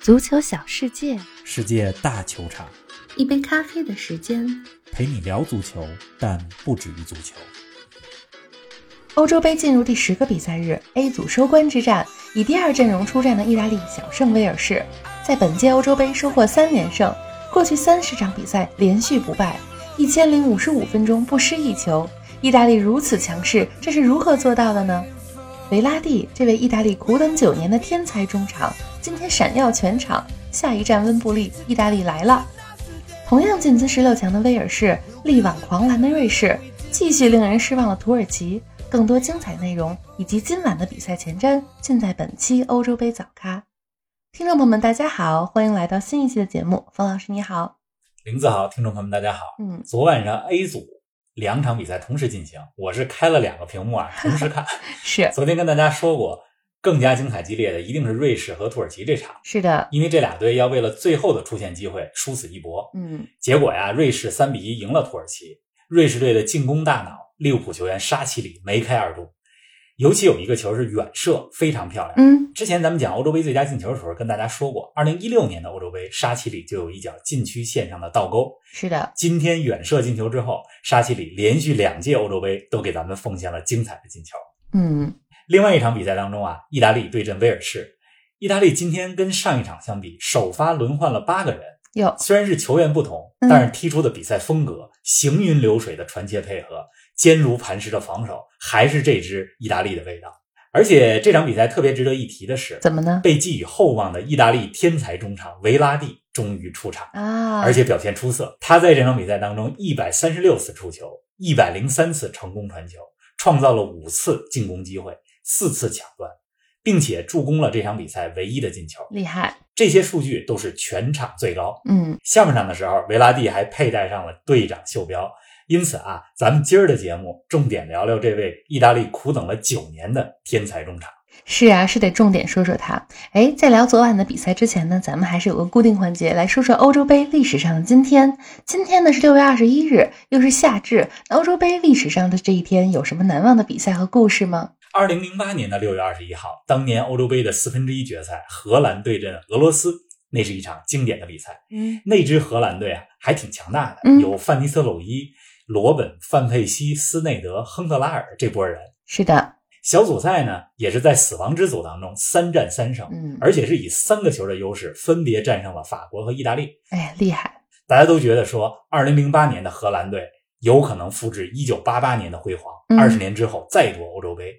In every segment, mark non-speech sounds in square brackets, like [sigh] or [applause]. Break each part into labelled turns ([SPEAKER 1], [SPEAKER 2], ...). [SPEAKER 1] 足球小世界，
[SPEAKER 2] 世界大球场
[SPEAKER 3] 一杯咖啡的时间，
[SPEAKER 2] 陪你聊足球，但不止于足球。
[SPEAKER 4] 欧洲杯进入第十个比赛日，A 组收官之战，以第二阵容出战的意大利小胜威尔士，在本届欧洲杯收获三连胜，过去三十场比赛连续不败，一千零五十五分钟不失一球。意大利如此强势，这是如何做到的呢？维拉蒂这位意大利苦等九年的天才中场，今天闪耀全场。下一站温布利，意大利来了。同样晋级十六强的威尔士，力挽狂澜的瑞士，继续令人失望的土耳其。更多精彩内容以及今晚的比赛前瞻，尽在本期欧洲杯早咖。听众朋友们，大家好，欢迎来到新一期的节目。冯老师你好，
[SPEAKER 2] 林子好，听众朋友们大家好。
[SPEAKER 4] 嗯，
[SPEAKER 2] 昨晚上 A 组两场比赛同时进行，我是开了两个屏幕啊，同时看。
[SPEAKER 4] 是
[SPEAKER 2] 昨天跟大家说过，更加精彩激烈的一定是瑞士和土耳其这场，
[SPEAKER 4] 是的，
[SPEAKER 2] 因为这俩队要为了最后的出线机会殊死一搏。
[SPEAKER 4] 嗯，
[SPEAKER 2] 结果呀，瑞士三比一赢了土耳其。瑞士队的进攻大脑利物浦球员沙奇里梅开二度，尤其有一个球是远射，非常漂亮。
[SPEAKER 4] 嗯，
[SPEAKER 2] 之前咱们讲欧洲杯最佳进球的时候，跟大家说过，二零一六年的欧洲杯，沙奇里就有一脚禁区线上的倒钩。
[SPEAKER 4] 是的，
[SPEAKER 2] 今天远射进球之后，沙奇里连续两届欧洲杯都给咱们奉献了精彩的进球。
[SPEAKER 4] 嗯，
[SPEAKER 2] 另外一场比赛当中啊，意大利对阵威尔士，意大利今天跟上一场相比，首发轮换了八个人，
[SPEAKER 4] 有
[SPEAKER 2] 虽然是球员不同，
[SPEAKER 4] 嗯
[SPEAKER 2] 但是踢出的比赛风格、行云流水的传切配合、坚如磐石的防守，还是这支意大利的味道。而且这场比赛特别值得一提的是，
[SPEAKER 4] 怎么呢？
[SPEAKER 2] 被寄予厚望的意大利天才中场维拉蒂终于出场，
[SPEAKER 4] 啊，
[SPEAKER 2] 而且表现出色。他在这场比赛当中，一百三十六次出球，一百零三次成功传球，创造了五次进攻机会，四次抢断，并且助攻了这场比赛唯一的进球。
[SPEAKER 4] 厉害，
[SPEAKER 2] 这些数据都是全场最高。
[SPEAKER 4] 嗯，
[SPEAKER 2] 下半场的时候，维拉蒂还佩戴上了队长袖标。因此啊，咱们今儿的节目重点聊聊这位意大利苦等了九年的天才中场。
[SPEAKER 4] 是啊，是得重点说说他。哎，在聊昨晚的比赛之前呢，咱们还是有个固定环节，来说说欧洲杯历史上的今天。今天呢是六月二十一日，又是夏至。那欧洲杯历史上的这一天有什么难忘的比赛和故事吗？
[SPEAKER 2] 二零零八年的六月二十一号，当年欧洲杯的四分之一决赛，荷兰对阵俄罗斯，那是一场经典的比赛。
[SPEAKER 4] 嗯，
[SPEAKER 2] 那支荷兰队啊，还挺强大的，
[SPEAKER 4] 嗯
[SPEAKER 2] 有范尼斯特鲁伊、罗本、范佩西、斯内德、亨特拉尔这波人。
[SPEAKER 4] 是的，
[SPEAKER 2] 小组赛呢，也是在死亡之组当中三战三胜，
[SPEAKER 4] 嗯，
[SPEAKER 2] 而且是以三个球的优势分别战胜了法国和意大利。
[SPEAKER 4] 哎，厉害，
[SPEAKER 2] 大家都觉得说，二零零八年的荷兰队有可能复制一九八八年的辉煌，
[SPEAKER 4] 嗯
[SPEAKER 2] 二十、年之后再夺欧洲杯。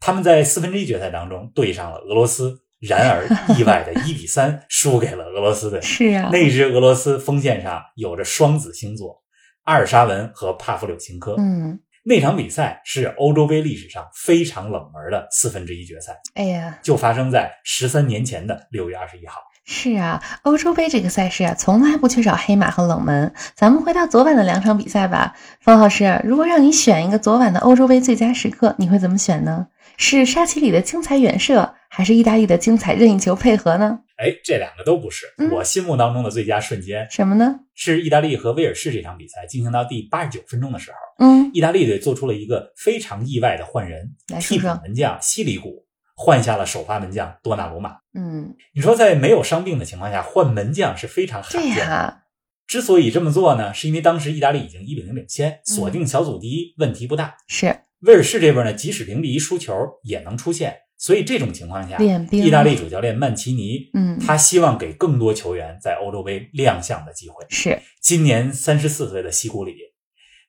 [SPEAKER 2] 他们在四分之一决赛当中对上了俄罗斯，然而意外的一比三输给了俄罗斯队。
[SPEAKER 4] 是啊，
[SPEAKER 2] 那支俄罗斯锋线上有着双子星座阿尔沙文和帕夫柳琴科。
[SPEAKER 4] 嗯，
[SPEAKER 2] 那场比赛是欧洲杯历史上非常冷门的四分之一决赛，
[SPEAKER 4] 哎呀，
[SPEAKER 2] 就发生在十三年前的六月二十一号。
[SPEAKER 4] 是啊，欧洲杯这个赛事啊，从来不缺少黑马和冷门。咱们回到昨晚的两场比赛吧，方老师，啊如果让你选一个昨晚的欧洲杯最佳时刻，你会怎么选呢？是沙奇里的精彩远射，还是意大利的精彩任意球配合呢？
[SPEAKER 2] 哎，这两个都不是
[SPEAKER 4] 嗯
[SPEAKER 2] 我心目当中的最佳瞬间，
[SPEAKER 4] 什么呢？
[SPEAKER 2] 是意大利和威尔士这场比赛进行到第八十九分钟的时候，
[SPEAKER 4] 嗯，
[SPEAKER 2] 意大利队做出了一个非常意外的换人，
[SPEAKER 4] 来
[SPEAKER 2] 替
[SPEAKER 4] 说
[SPEAKER 2] 补
[SPEAKER 4] 说，
[SPEAKER 2] 门将西里古换下了首发门将多纳鲁马。
[SPEAKER 4] 嗯，
[SPEAKER 2] 你说在没有伤病的情况下换门将是非常罕
[SPEAKER 4] 对
[SPEAKER 2] 见的。
[SPEAKER 4] 呀、
[SPEAKER 2] 之所以这么做呢，是因为当时意大利已经一比零领
[SPEAKER 4] 嗯
[SPEAKER 2] 先，锁定小组第一，问题不大。
[SPEAKER 4] 是
[SPEAKER 2] 威尔士这边呢，即使零比一输球也能出线，所以这种情况下，
[SPEAKER 4] 练兵，
[SPEAKER 2] 意大利主教练曼奇尼，
[SPEAKER 4] 嗯
[SPEAKER 2] 他希望给更多球员在欧洲杯亮相的机会。
[SPEAKER 4] 是，
[SPEAKER 2] 今年三十四岁的西古里，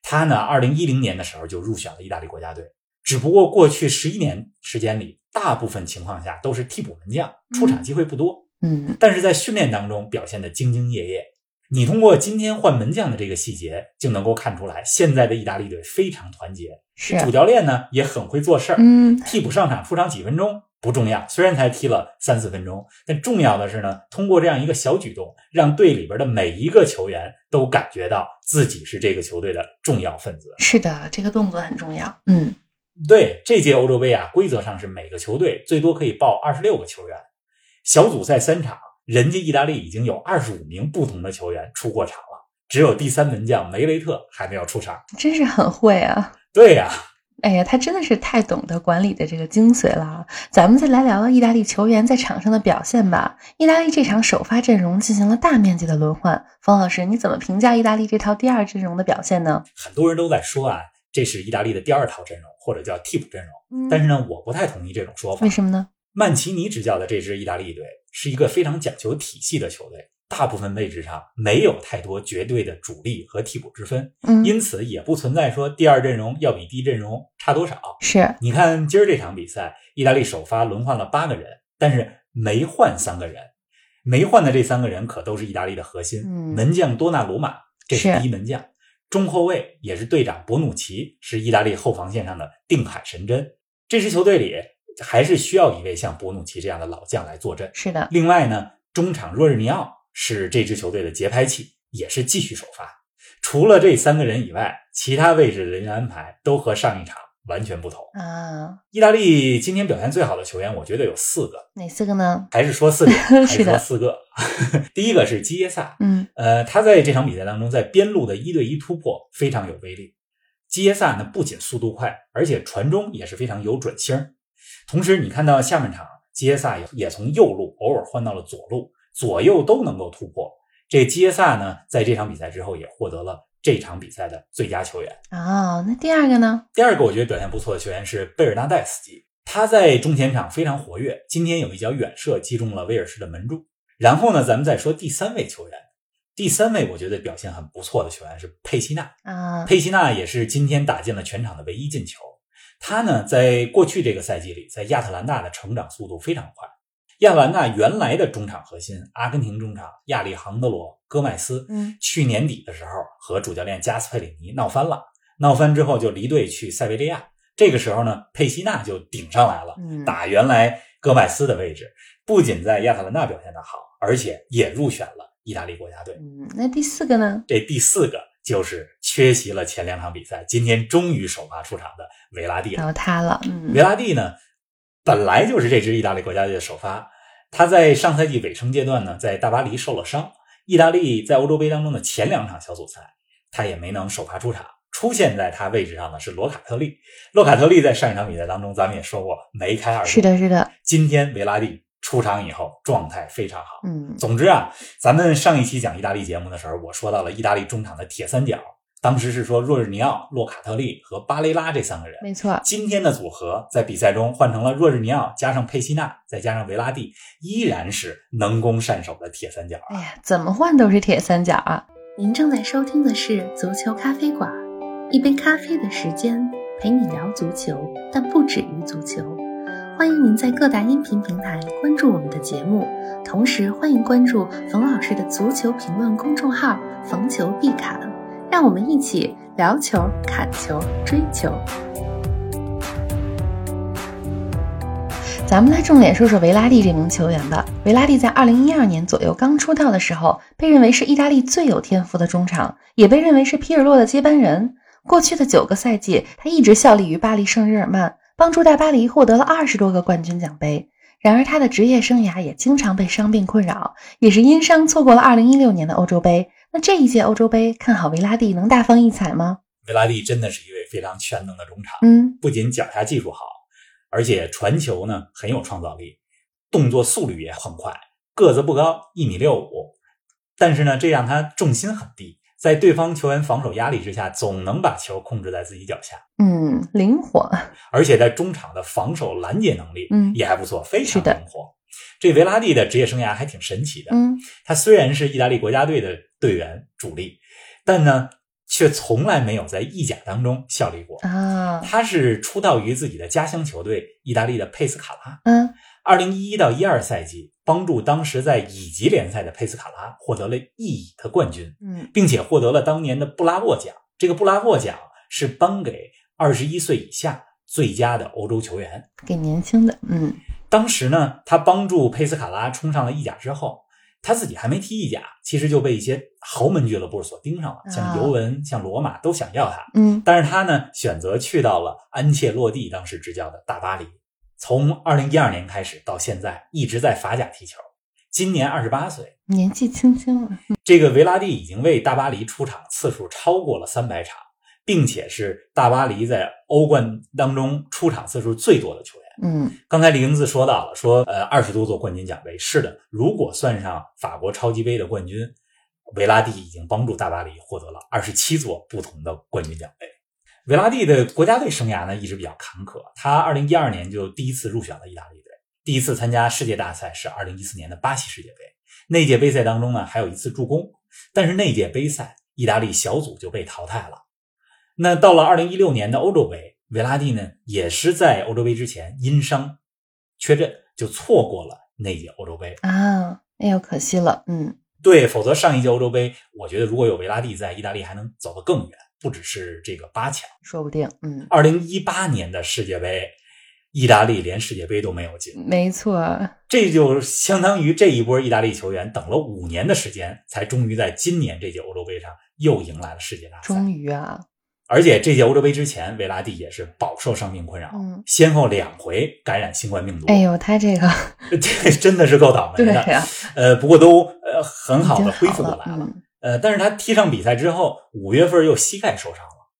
[SPEAKER 2] 他呢，二零一零年的时候就入选了意大利国家队，只不过过去十一年时间里，大部分情况下都是替补门将，出场机会不多。
[SPEAKER 4] 嗯，
[SPEAKER 2] 但是在训练当中表现得兢兢业业。你通过今天换门将的这个细节，就能够看出来，现在的意大利队非常团结，
[SPEAKER 4] 是，
[SPEAKER 2] 主教练呢也很会做事儿。
[SPEAKER 4] 嗯，
[SPEAKER 2] 替补上场出场几分钟不重要，虽然才踢了三四分钟，但重要的是呢，通过这样一个小举动，让队里边的每一个球员都感觉到自己是这个球队的重要分子。
[SPEAKER 4] 是的，这个动作很重要。嗯，
[SPEAKER 2] 对这届欧洲杯啊，规则上是每个球队最多可以报二十六个球员，小组赛三场，人家意大利已经有二十五名不同的球员出过场了，只有第三门将梅雷特还没有出场。
[SPEAKER 4] 真是很会啊。
[SPEAKER 2] 对呀、
[SPEAKER 4] 哎呀，他真的是太懂得管理的这个精髓了啊！咱们再来聊聊意大利球员在场上的表现吧。意大利这场首发阵容进行了大面积的轮换，方老师你怎么评价意大利这套第二阵容的表现呢？
[SPEAKER 2] 很多人都在说啊，这是意大利的第二套阵容，或者叫替补阵容。
[SPEAKER 4] 嗯
[SPEAKER 2] 但是呢，我不太同意这种说法
[SPEAKER 4] 为。什么呢？
[SPEAKER 2] 曼奇尼执教的这支意大利队是一个非常讲求体系的球队，大部分位置上没有太多绝对的主力和替补之分，
[SPEAKER 4] 嗯，
[SPEAKER 2] 因此也不存在说第二阵容要比第一阵容差多少。
[SPEAKER 4] 是
[SPEAKER 2] 你看今儿这场比赛，意大利首发轮换了八个人，但是没换三个人，没换的这三个人可都是意大利的核心，
[SPEAKER 4] 嗯
[SPEAKER 2] 门将多纳鲁马，这是
[SPEAKER 4] 是
[SPEAKER 2] 第一门将，中后卫也是队长博努奇，是意大利后防线上的定海神针。这支球队里还是需要一位像博努奇这样的老将来坐镇。
[SPEAKER 4] 是的，
[SPEAKER 2] 另外呢，中场若日尼奥是这支球队的节拍器，也是继续首发。除了这三个人以外，其他位置的人员安排都和上一场完全不同。
[SPEAKER 4] 啊，
[SPEAKER 2] 意大利今天表现最好的球员，我觉得有四个，
[SPEAKER 4] 哪四个呢？
[SPEAKER 2] 还是
[SPEAKER 4] [laughs]
[SPEAKER 2] 说四点，还
[SPEAKER 4] 是的
[SPEAKER 2] 说四个？ [laughs] 第一个是基耶萨，
[SPEAKER 4] 嗯
[SPEAKER 2] 呃，他在这场比赛当中在边路的一对一突破非常有威力。基耶萨呢，不仅速度快，而且传中也是非常有准星儿。同时，你看到下半场基耶萨也也从右路偶尔换到了左路，左右都能够突破。这基耶萨呢，在这场比赛之后也获得了这场比赛的最佳球员。
[SPEAKER 4] 啊、那第二个呢？
[SPEAKER 2] 第二个我觉得表现不错的球员是贝尔纳代斯基，他在中前场非常活跃，今天有一脚远射击中了威尔士的门柱。然后呢，咱们再说第三位球员，第三位我觉得表现很不错的球员是佩西纳，
[SPEAKER 4] 啊，
[SPEAKER 2] 佩西纳也是今天打进了全场的唯一进球。他呢，在过去这个赛季里，在亚特兰大的成长速度非常快。亚特兰大原来的中场核心，阿根廷中场亚历杭德罗·戈麦斯，
[SPEAKER 4] 嗯
[SPEAKER 2] 去年底的时候和主教练加斯佩里尼闹翻了，闹翻之后就离队去塞维利亚。这个时候呢，佩西纳就顶上来了，
[SPEAKER 4] 嗯，
[SPEAKER 2] 打原来戈麦斯的位置，不仅在亚特兰大表现得好，而且也入选了意大利国家队。
[SPEAKER 4] 嗯，那第四个呢？
[SPEAKER 2] 这第四个就是缺席了前两场比赛，今天终于首发出场的维拉蒂了。
[SPEAKER 4] 到他了，嗯
[SPEAKER 2] 维拉蒂呢，本来就是这支意大利国家队的首发，他在上赛季尾声阶段呢，在大巴黎受了伤。意大利在欧洲杯当中的前两场小组赛，他也没能首发出场。出现在他位置上的是罗卡特利。罗卡特利在上一场比赛当中，咱们也说过梅开二度。
[SPEAKER 4] 是的，是的，
[SPEAKER 2] 今天维拉蒂出场以后，状态非常好。
[SPEAKER 4] 嗯
[SPEAKER 2] 总之啊，咱们上一期讲意大利节目的时候，我说到了意大利中场的铁三角，当时是说若日尼奥、洛卡特利和巴雷拉这三个人。
[SPEAKER 4] 没错，
[SPEAKER 2] 今天的组合在比赛中换成了若日尼奥加上佩西纳，再加上维拉蒂，依然是能攻善守的铁三角
[SPEAKER 4] 哎
[SPEAKER 2] 啊！
[SPEAKER 4] 呀，怎么换都是铁三角啊！
[SPEAKER 3] 您正在收听的是《足球咖啡馆》，一杯咖啡的时间陪你聊足球，但不止于足球。欢迎您在各大音频平台关注我们的节目，同时欢迎关注冯老师的足球评论公众号“冯球必侃”，让我们一起聊球、侃球、追球。
[SPEAKER 4] 咱们来重点说说维拉蒂这名球员吧。维拉蒂在2012年左右刚出道的时候，被认为是意大利最有天赋的中场，也被认为是皮尔洛的接班人。过去的九个赛季，他一直效力于巴黎圣日耳曼，帮助大巴黎获得了二十多个冠军奖杯。然而，他的职业生涯也经常被伤病困扰，也是因伤错过了2016年的欧洲杯。那这一届欧洲杯，看好维拉蒂能大放异彩吗？
[SPEAKER 2] 维拉蒂真的是一位非常全能的中场，
[SPEAKER 4] 嗯，
[SPEAKER 2] 不仅脚下技术好，而且传球呢很有创造力，动作速率也很快，个子不高，一米六五，但是呢，这让他重心很低，在对方球员防守压力之下，总能把球控制在自己脚下，
[SPEAKER 4] 嗯，灵活，
[SPEAKER 2] 而且在中场的防守拦截能力，
[SPEAKER 4] 嗯
[SPEAKER 2] 也还不错，非
[SPEAKER 4] 是
[SPEAKER 2] 常
[SPEAKER 4] 的
[SPEAKER 2] 灵活。这维拉蒂的职业生涯还挺神奇的，
[SPEAKER 4] 嗯，
[SPEAKER 2] 他虽然是意大利国家队的队员主力，但呢，却从来没有在意甲当中效力过。
[SPEAKER 4] 啊，
[SPEAKER 2] 他是出道于自己的家乡球队意大利的佩斯卡拉。
[SPEAKER 4] 嗯，
[SPEAKER 2] 二零一一到一二赛季，帮助当时在乙级联赛的佩斯卡拉获得了意乙的冠军，
[SPEAKER 4] 嗯，
[SPEAKER 2] 并且获得了当年的布拉沃奖。这个布拉沃奖是颁给二十一岁以下最佳的欧洲球员。
[SPEAKER 4] 给年轻的，嗯。
[SPEAKER 2] 当时呢，他帮助佩斯卡拉冲上了意甲之后，他自己还没踢意甲，其实就被一些豪门俱乐部所盯上了，像尤文、像罗马都想要他。
[SPEAKER 4] 嗯
[SPEAKER 2] 但是他呢，选择去到了安切洛蒂当时执教的大巴黎。从二零一二年开始到现在，一直在法甲踢球。今年二十八岁，，
[SPEAKER 4] 年纪轻轻了，
[SPEAKER 2] 这个维拉蒂已经为大巴黎出场次数超过了三百场，并且是大巴黎在欧冠当中出场次数最多的球员。
[SPEAKER 4] 嗯
[SPEAKER 2] 刚才李英子说到了，说呃二十多座冠军奖杯，是的，如果算上法国超级杯的冠军，维拉蒂已经帮助大巴黎获得了二十七座不同的冠军奖杯。维拉蒂的国家队生涯呢一直比较坎坷，他二零一二年就第一次入选了意大利队，第一次参加世界大赛是二零一四年的巴西世界杯，那届杯赛当中呢还有一次助攻，但是那届杯赛意大利小组就被淘汰了。那到了二零一六年的欧洲杯，维拉蒂呢也是在欧洲杯之前因伤缺阵，就错过了那届欧洲杯。
[SPEAKER 4] 啊，哎呦，可惜了。嗯
[SPEAKER 2] 对，否则上一届欧洲杯，我觉得如果有维拉蒂在，意大利还能走得更远，不只是这个八强。
[SPEAKER 4] 说不定，嗯，
[SPEAKER 2] 二零一八年的世界杯，意大利连世界杯都没有进，
[SPEAKER 4] 没错，
[SPEAKER 2] 这就相当于这一波意大利球员等了五年的时间，才终于在今年这届欧洲杯上又迎来了世界大赛。
[SPEAKER 4] 终于啊，
[SPEAKER 2] 而且这届欧洲杯之前，维拉蒂也是饱受伤病困扰，
[SPEAKER 4] 嗯，
[SPEAKER 2] 先后两回感染新冠病毒，
[SPEAKER 4] 哎呦，他这个，
[SPEAKER 2] [laughs] 这真的是够倒
[SPEAKER 4] [laughs]
[SPEAKER 2] 霉
[SPEAKER 4] 对
[SPEAKER 2] 的。
[SPEAKER 4] 呀、
[SPEAKER 2] 呃，不过都呃很好
[SPEAKER 4] 已
[SPEAKER 2] 的恢
[SPEAKER 4] 经
[SPEAKER 2] 复过
[SPEAKER 4] 好了
[SPEAKER 2] 来，了。
[SPEAKER 4] 嗯，
[SPEAKER 2] 呃，但是他踢上比赛之后，五月份又膝盖受伤了，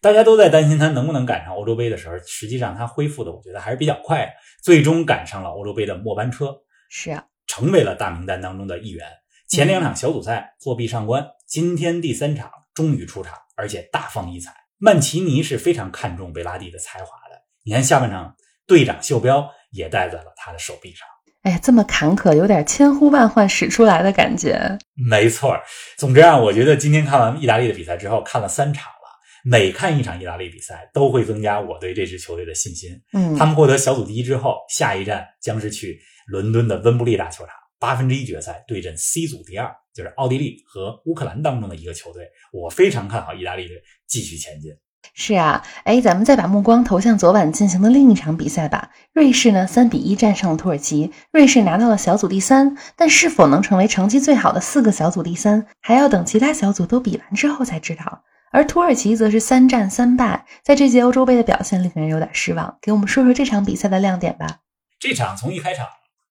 [SPEAKER 2] 大家都在担心他能不能赶上欧洲杯的时候，实际上他恢复的我觉得还是比较快的，最终赶上了欧洲杯的末班车，
[SPEAKER 4] 是啊，
[SPEAKER 2] 成为了大名单当中的一员。前两场小组赛作弊上官，今天第三场终于出场，而且大放异彩。曼奇尼是非常看重维拉蒂的才华的，你看下半场队长袖标也戴在了他的手臂上。
[SPEAKER 4] 哎，这么坎坷，有点千呼万唤始出来的感觉。
[SPEAKER 2] [laughs] 没错儿，总之啊，我觉得今天看完意大利的比赛之后，看了三场了，每看一场意大利比赛，都会增加我对这支球队的信心。
[SPEAKER 4] 嗯，
[SPEAKER 2] 他们获得小组第一之后，下一站将是去伦敦的温布利大球场八分之一决赛对阵 C 组第二，就是奥地利和乌克兰当中的一个球队。我非常看好意大利队继续前进。
[SPEAKER 4] 是啊，哎，咱们再把目光投向昨晚进行的另一场比赛吧。瑞士呢，三比一战胜了土耳其，瑞士拿到了小组第三，但是否能成为成绩最好的四个小组第三，还要等其他小组都比完之后才知道。而土耳其则是三战三败，在这届欧洲杯的表现令人有点失望。给我们说说这场比赛的亮点吧。
[SPEAKER 2] 这场从一开场，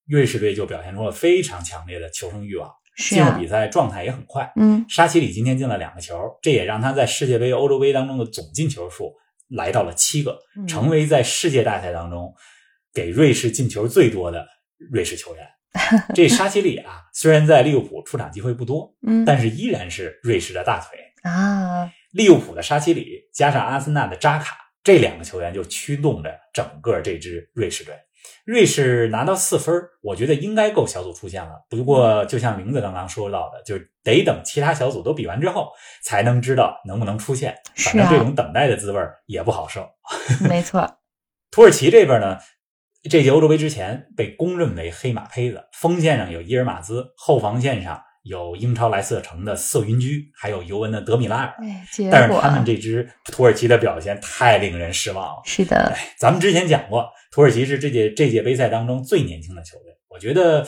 [SPEAKER 2] 瑞士队就表现出了非常强烈的求生欲望，
[SPEAKER 4] 是
[SPEAKER 2] 进入
[SPEAKER 4] 啊
[SPEAKER 2] 比，赛状态也很快。
[SPEAKER 4] 嗯，
[SPEAKER 2] 沙奇里今天进了两个球，这也让他在世界杯、欧洲杯当中的总进球数来到了七个，
[SPEAKER 4] 嗯
[SPEAKER 2] 成为在世界大赛当中给瑞士进球最多的瑞士球员。这沙奇里啊，虽然在利物浦出场机会不多，
[SPEAKER 4] [laughs] 嗯
[SPEAKER 2] 但是依然是瑞士的大腿。
[SPEAKER 4] 啊，
[SPEAKER 2] 利物浦的沙奇里加上阿森纳的扎卡，这两个球员就驱动着整个这支瑞士队。瑞士拿到四分，我觉得应该够小组出线了。不过，就像玲子刚刚说到的，就是得等其他小组都比完之后，才能知道能不能出线。反
[SPEAKER 4] 是啊
[SPEAKER 2] 正这种等待的滋味儿也不好受。
[SPEAKER 4] 没错，
[SPEAKER 2] 土耳其这边呢，这届欧洲杯之前被公认为黑马胚子，锋线上有伊尔马兹，后防线上有英超莱斯特城的瑟云居，还有尤文的德米拉尔。
[SPEAKER 4] 哎，结
[SPEAKER 2] 但是
[SPEAKER 4] 果
[SPEAKER 2] 他们这支土耳其的表现太令人失望了。
[SPEAKER 4] 是的，
[SPEAKER 2] 咱们之前讲过，土耳其是这届这届杯赛当中最年轻的球队。我觉得，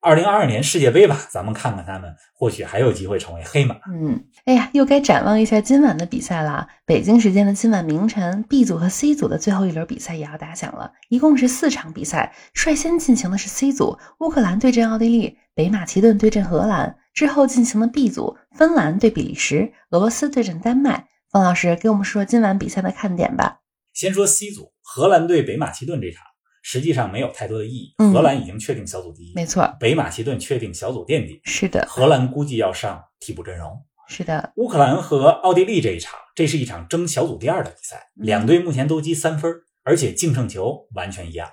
[SPEAKER 2] 二零二二年世界杯吧，咱们看看他们，或许还有机会成为黑马。
[SPEAKER 4] 嗯，哎呀，又该展望一下今晚的比赛啦。北京时间的今晚凌晨，B 组和 C 组的最后一轮比赛也要打响了，一共是四场比赛。率先进行的是 C 组，乌克兰对阵奥地利，北马其顿对阵荷兰。之后进行的 B 组，芬兰对比利时，俄罗斯对阵丹麦。方老师给我们说说今晚比赛的看点吧。
[SPEAKER 2] 先说 C 组，荷兰对北马其顿这场，实际上没有太多的意义。
[SPEAKER 4] 嗯
[SPEAKER 2] 荷兰已经确定小组第一，
[SPEAKER 4] 没错，
[SPEAKER 2] 北马其顿确定小组垫底，
[SPEAKER 4] 是的，
[SPEAKER 2] 荷兰估计要上替补阵容。
[SPEAKER 4] 是的，
[SPEAKER 2] 乌克兰和奥地利这一场，这是一场争小组第二的比赛，
[SPEAKER 4] 嗯
[SPEAKER 2] 两队目前都积三分，而且净胜球完全一样。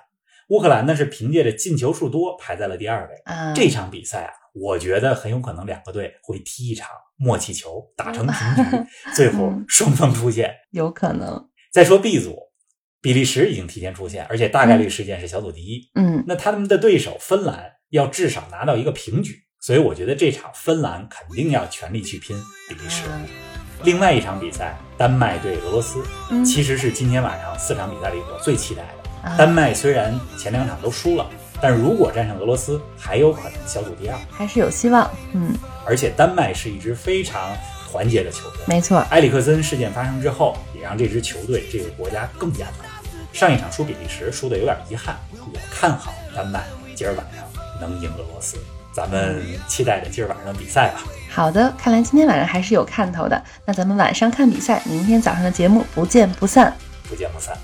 [SPEAKER 2] 乌克兰呢是凭借着进球数多排在了第二位。
[SPEAKER 4] 啊，
[SPEAKER 2] 这场比赛啊，我觉得很有可能两个队会踢一场默契球，打成平局， [laughs] 最后
[SPEAKER 4] 嗯
[SPEAKER 2] 双方出线。
[SPEAKER 4] 有可能，
[SPEAKER 2] 再说 B 组，比利时已经提前出线，而且大概率事件是小组第一。
[SPEAKER 4] 嗯，
[SPEAKER 2] 那他们的对手芬兰要至少拿到一个平局，所以我觉得这场芬兰肯定要全力去拼比利时。另外一场比赛，丹麦对俄罗斯，
[SPEAKER 4] 嗯
[SPEAKER 2] 其实是今天晚上四场比赛里我最期待的。
[SPEAKER 4] 啊
[SPEAKER 2] 丹麦虽然前两场都输了，但如果战胜俄罗斯，还有可能小组第二。
[SPEAKER 4] 还是有希望，嗯，
[SPEAKER 2] 而且丹麦是一支非常团结的球队，
[SPEAKER 4] 没错，
[SPEAKER 2] 埃里克森事件发生之后，也让这支球队、这个国家更加团结。上一场输比利时，输的有点遗憾，我看好丹麦今儿晚上能赢俄罗斯。咱们期待着今儿晚上的比赛吧。
[SPEAKER 4] 好的，看来今天晚上还是有看头的。那咱们晚上看比赛，明天早上的节目不见不散。
[SPEAKER 2] 不见不散。